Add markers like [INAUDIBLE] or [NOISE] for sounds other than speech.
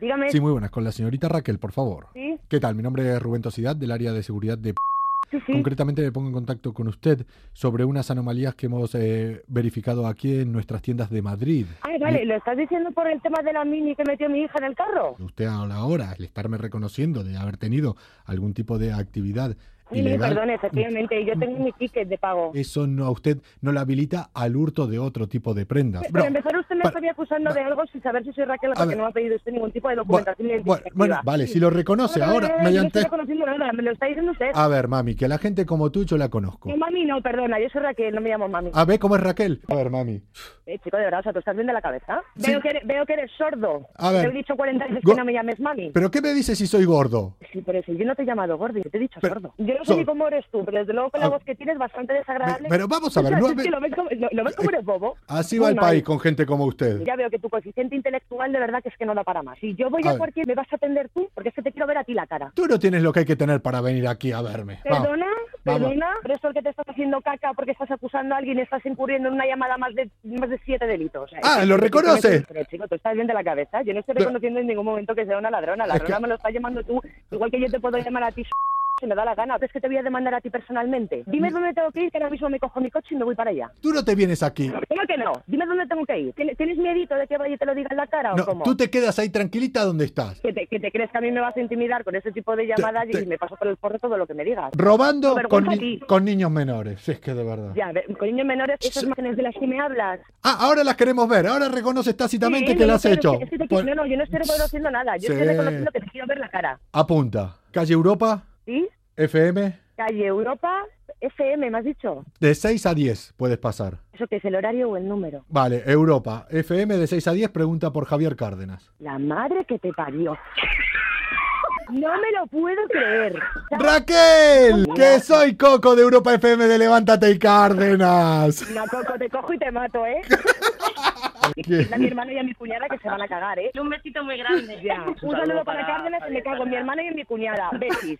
Dígame. Sí, muy buenas. Con la señorita Raquel, por favor. Sí, ¿Qué tal? Mi nombre es Rubén Tosidad, del área de seguridad de... P-. sí, sí. Concretamente me pongo en contacto con usted sobre unas anomalías que hemos eh, verificado aquí en nuestras tiendas de Madrid. Ah, vale, ¿lo estás diciendo por el tema de la mini que metió mi hija en el carro? Usted a la hora, el estarme reconociendo de haber tenido algún tipo de actividad Sí, ilegal, perdón, efectivamente, yo tengo mi ticket de pago. eso no a usted no la habilita al hurto de otro tipo de prendas. Para empezar, usted me para- estaría acusando de algo sin saber si soy Raquel, porque ver. no me ha pedido usted ningún tipo de Bueno, documentación bueno, identificativa. bueno, vale, si lo reconoce No, no, no, no, ahora no, Yo no mediante... estoy reconociendo nada, me lo está diciendo usted. A ver, mami, que la gente como tú yo la conozco. No, mami, no, perdona, yo soy Raquel, no me llamo mami. A ver, ¿cómo es Raquel? A ver, mami. Eh, chico, de verdad, o sea, ¿tú estás bien de la cabeza? Sí. Veo, que eres, veo que eres sordo. A ver. Te he dicho 40 veces Go- que no me llames mami. ¿Pero qué me dices si soy gordo? Sí, pero si yo no te he llamado gordo, yo te he dicho Pero- sordo. Yo no sé sordo. ni cómo eres tú, pero desde luego con la Ah. voz que tienes bastante desagradable. Pero vamos a O ver, sea, no es habe- que lo, ves como, lo- lo ves como eres bobo. Así va Muy el mal. país con gente como usted. Ya veo que tu coeficiente intelectual de verdad que es que no da para más. Si yo voy A a, ver. cualquier, me vas a atender tú, porque es que te quiero ver a ti la cara. Tú no tienes lo que hay que tener para venir aquí a verme. Vamos. Perdona, Vamos. perdona, pero esto que te estás haciendo caca porque estás acusando a alguien y estás incurriendo en una llamada más de más de siete delitos. O sea, Ah, es que- ¿lo es que- reconoce? Pero chico, tú estás bien de la cabeza. Yo no estoy Pero- reconociendo en ningún momento que sea una ladrona. Ladrona me lo estás llamando tú, igual que yo te puedo llamar a ti [LAUGHS] si me da la gana. ¿Crees que te voy a demandar a ti personalmente? Dime Mm. dónde tengo que ir, que ahora mismo me cojo mi coche y me voy para allá. Tú no te vienes aquí. ¿Cómo que no? Dime dónde tengo que ir. ¿Tienes tienes miedito de que vaya y te lo diga en la cara No, o cómo? tú te quedas ahí tranquilita donde estás. que te, que te crees que a mí me vas a intimidar con ese tipo de llamadas te- y me paso por el porro todo lo que me digas. Robando Vergüenza con, a ni- ti. con niños menores. Si es que de verdad. Ya, ve- con niños menores, esas Sí. imágenes de las que me hablas. Ah, ahora las queremos ver. Ahora reconoces tácitamente Sí, que no, lo has pero es hecho. que- es que te- Pues, no, no, yo no estoy reconociendo nada. Yo Sí. estoy reconociendo que te quiero ver la cara. Apunta. Calle Europa, ¿Sí? FM, Calle Europa, FM, me has dicho. de 6 a 10 puedes pasar. ¿Eso que es el horario o el número? Vale, Europa, FM de 6 a 10, pregunta por Javier Cárdenas. La madre que te parió. No me lo puedo creer. Raquel, que soy Coco de Europa FM de Levántate [LAUGHS] y Cárdenas. No, Coco, te cojo y te mato, ¿eh? A mi hermano y a mi cuñada que se van a cagar, ¿eh? [LAUGHS] Un besito muy grande. Ya. Un saludo para Cárdenas y me cago en mi hermana y en mi cuñada. Besis.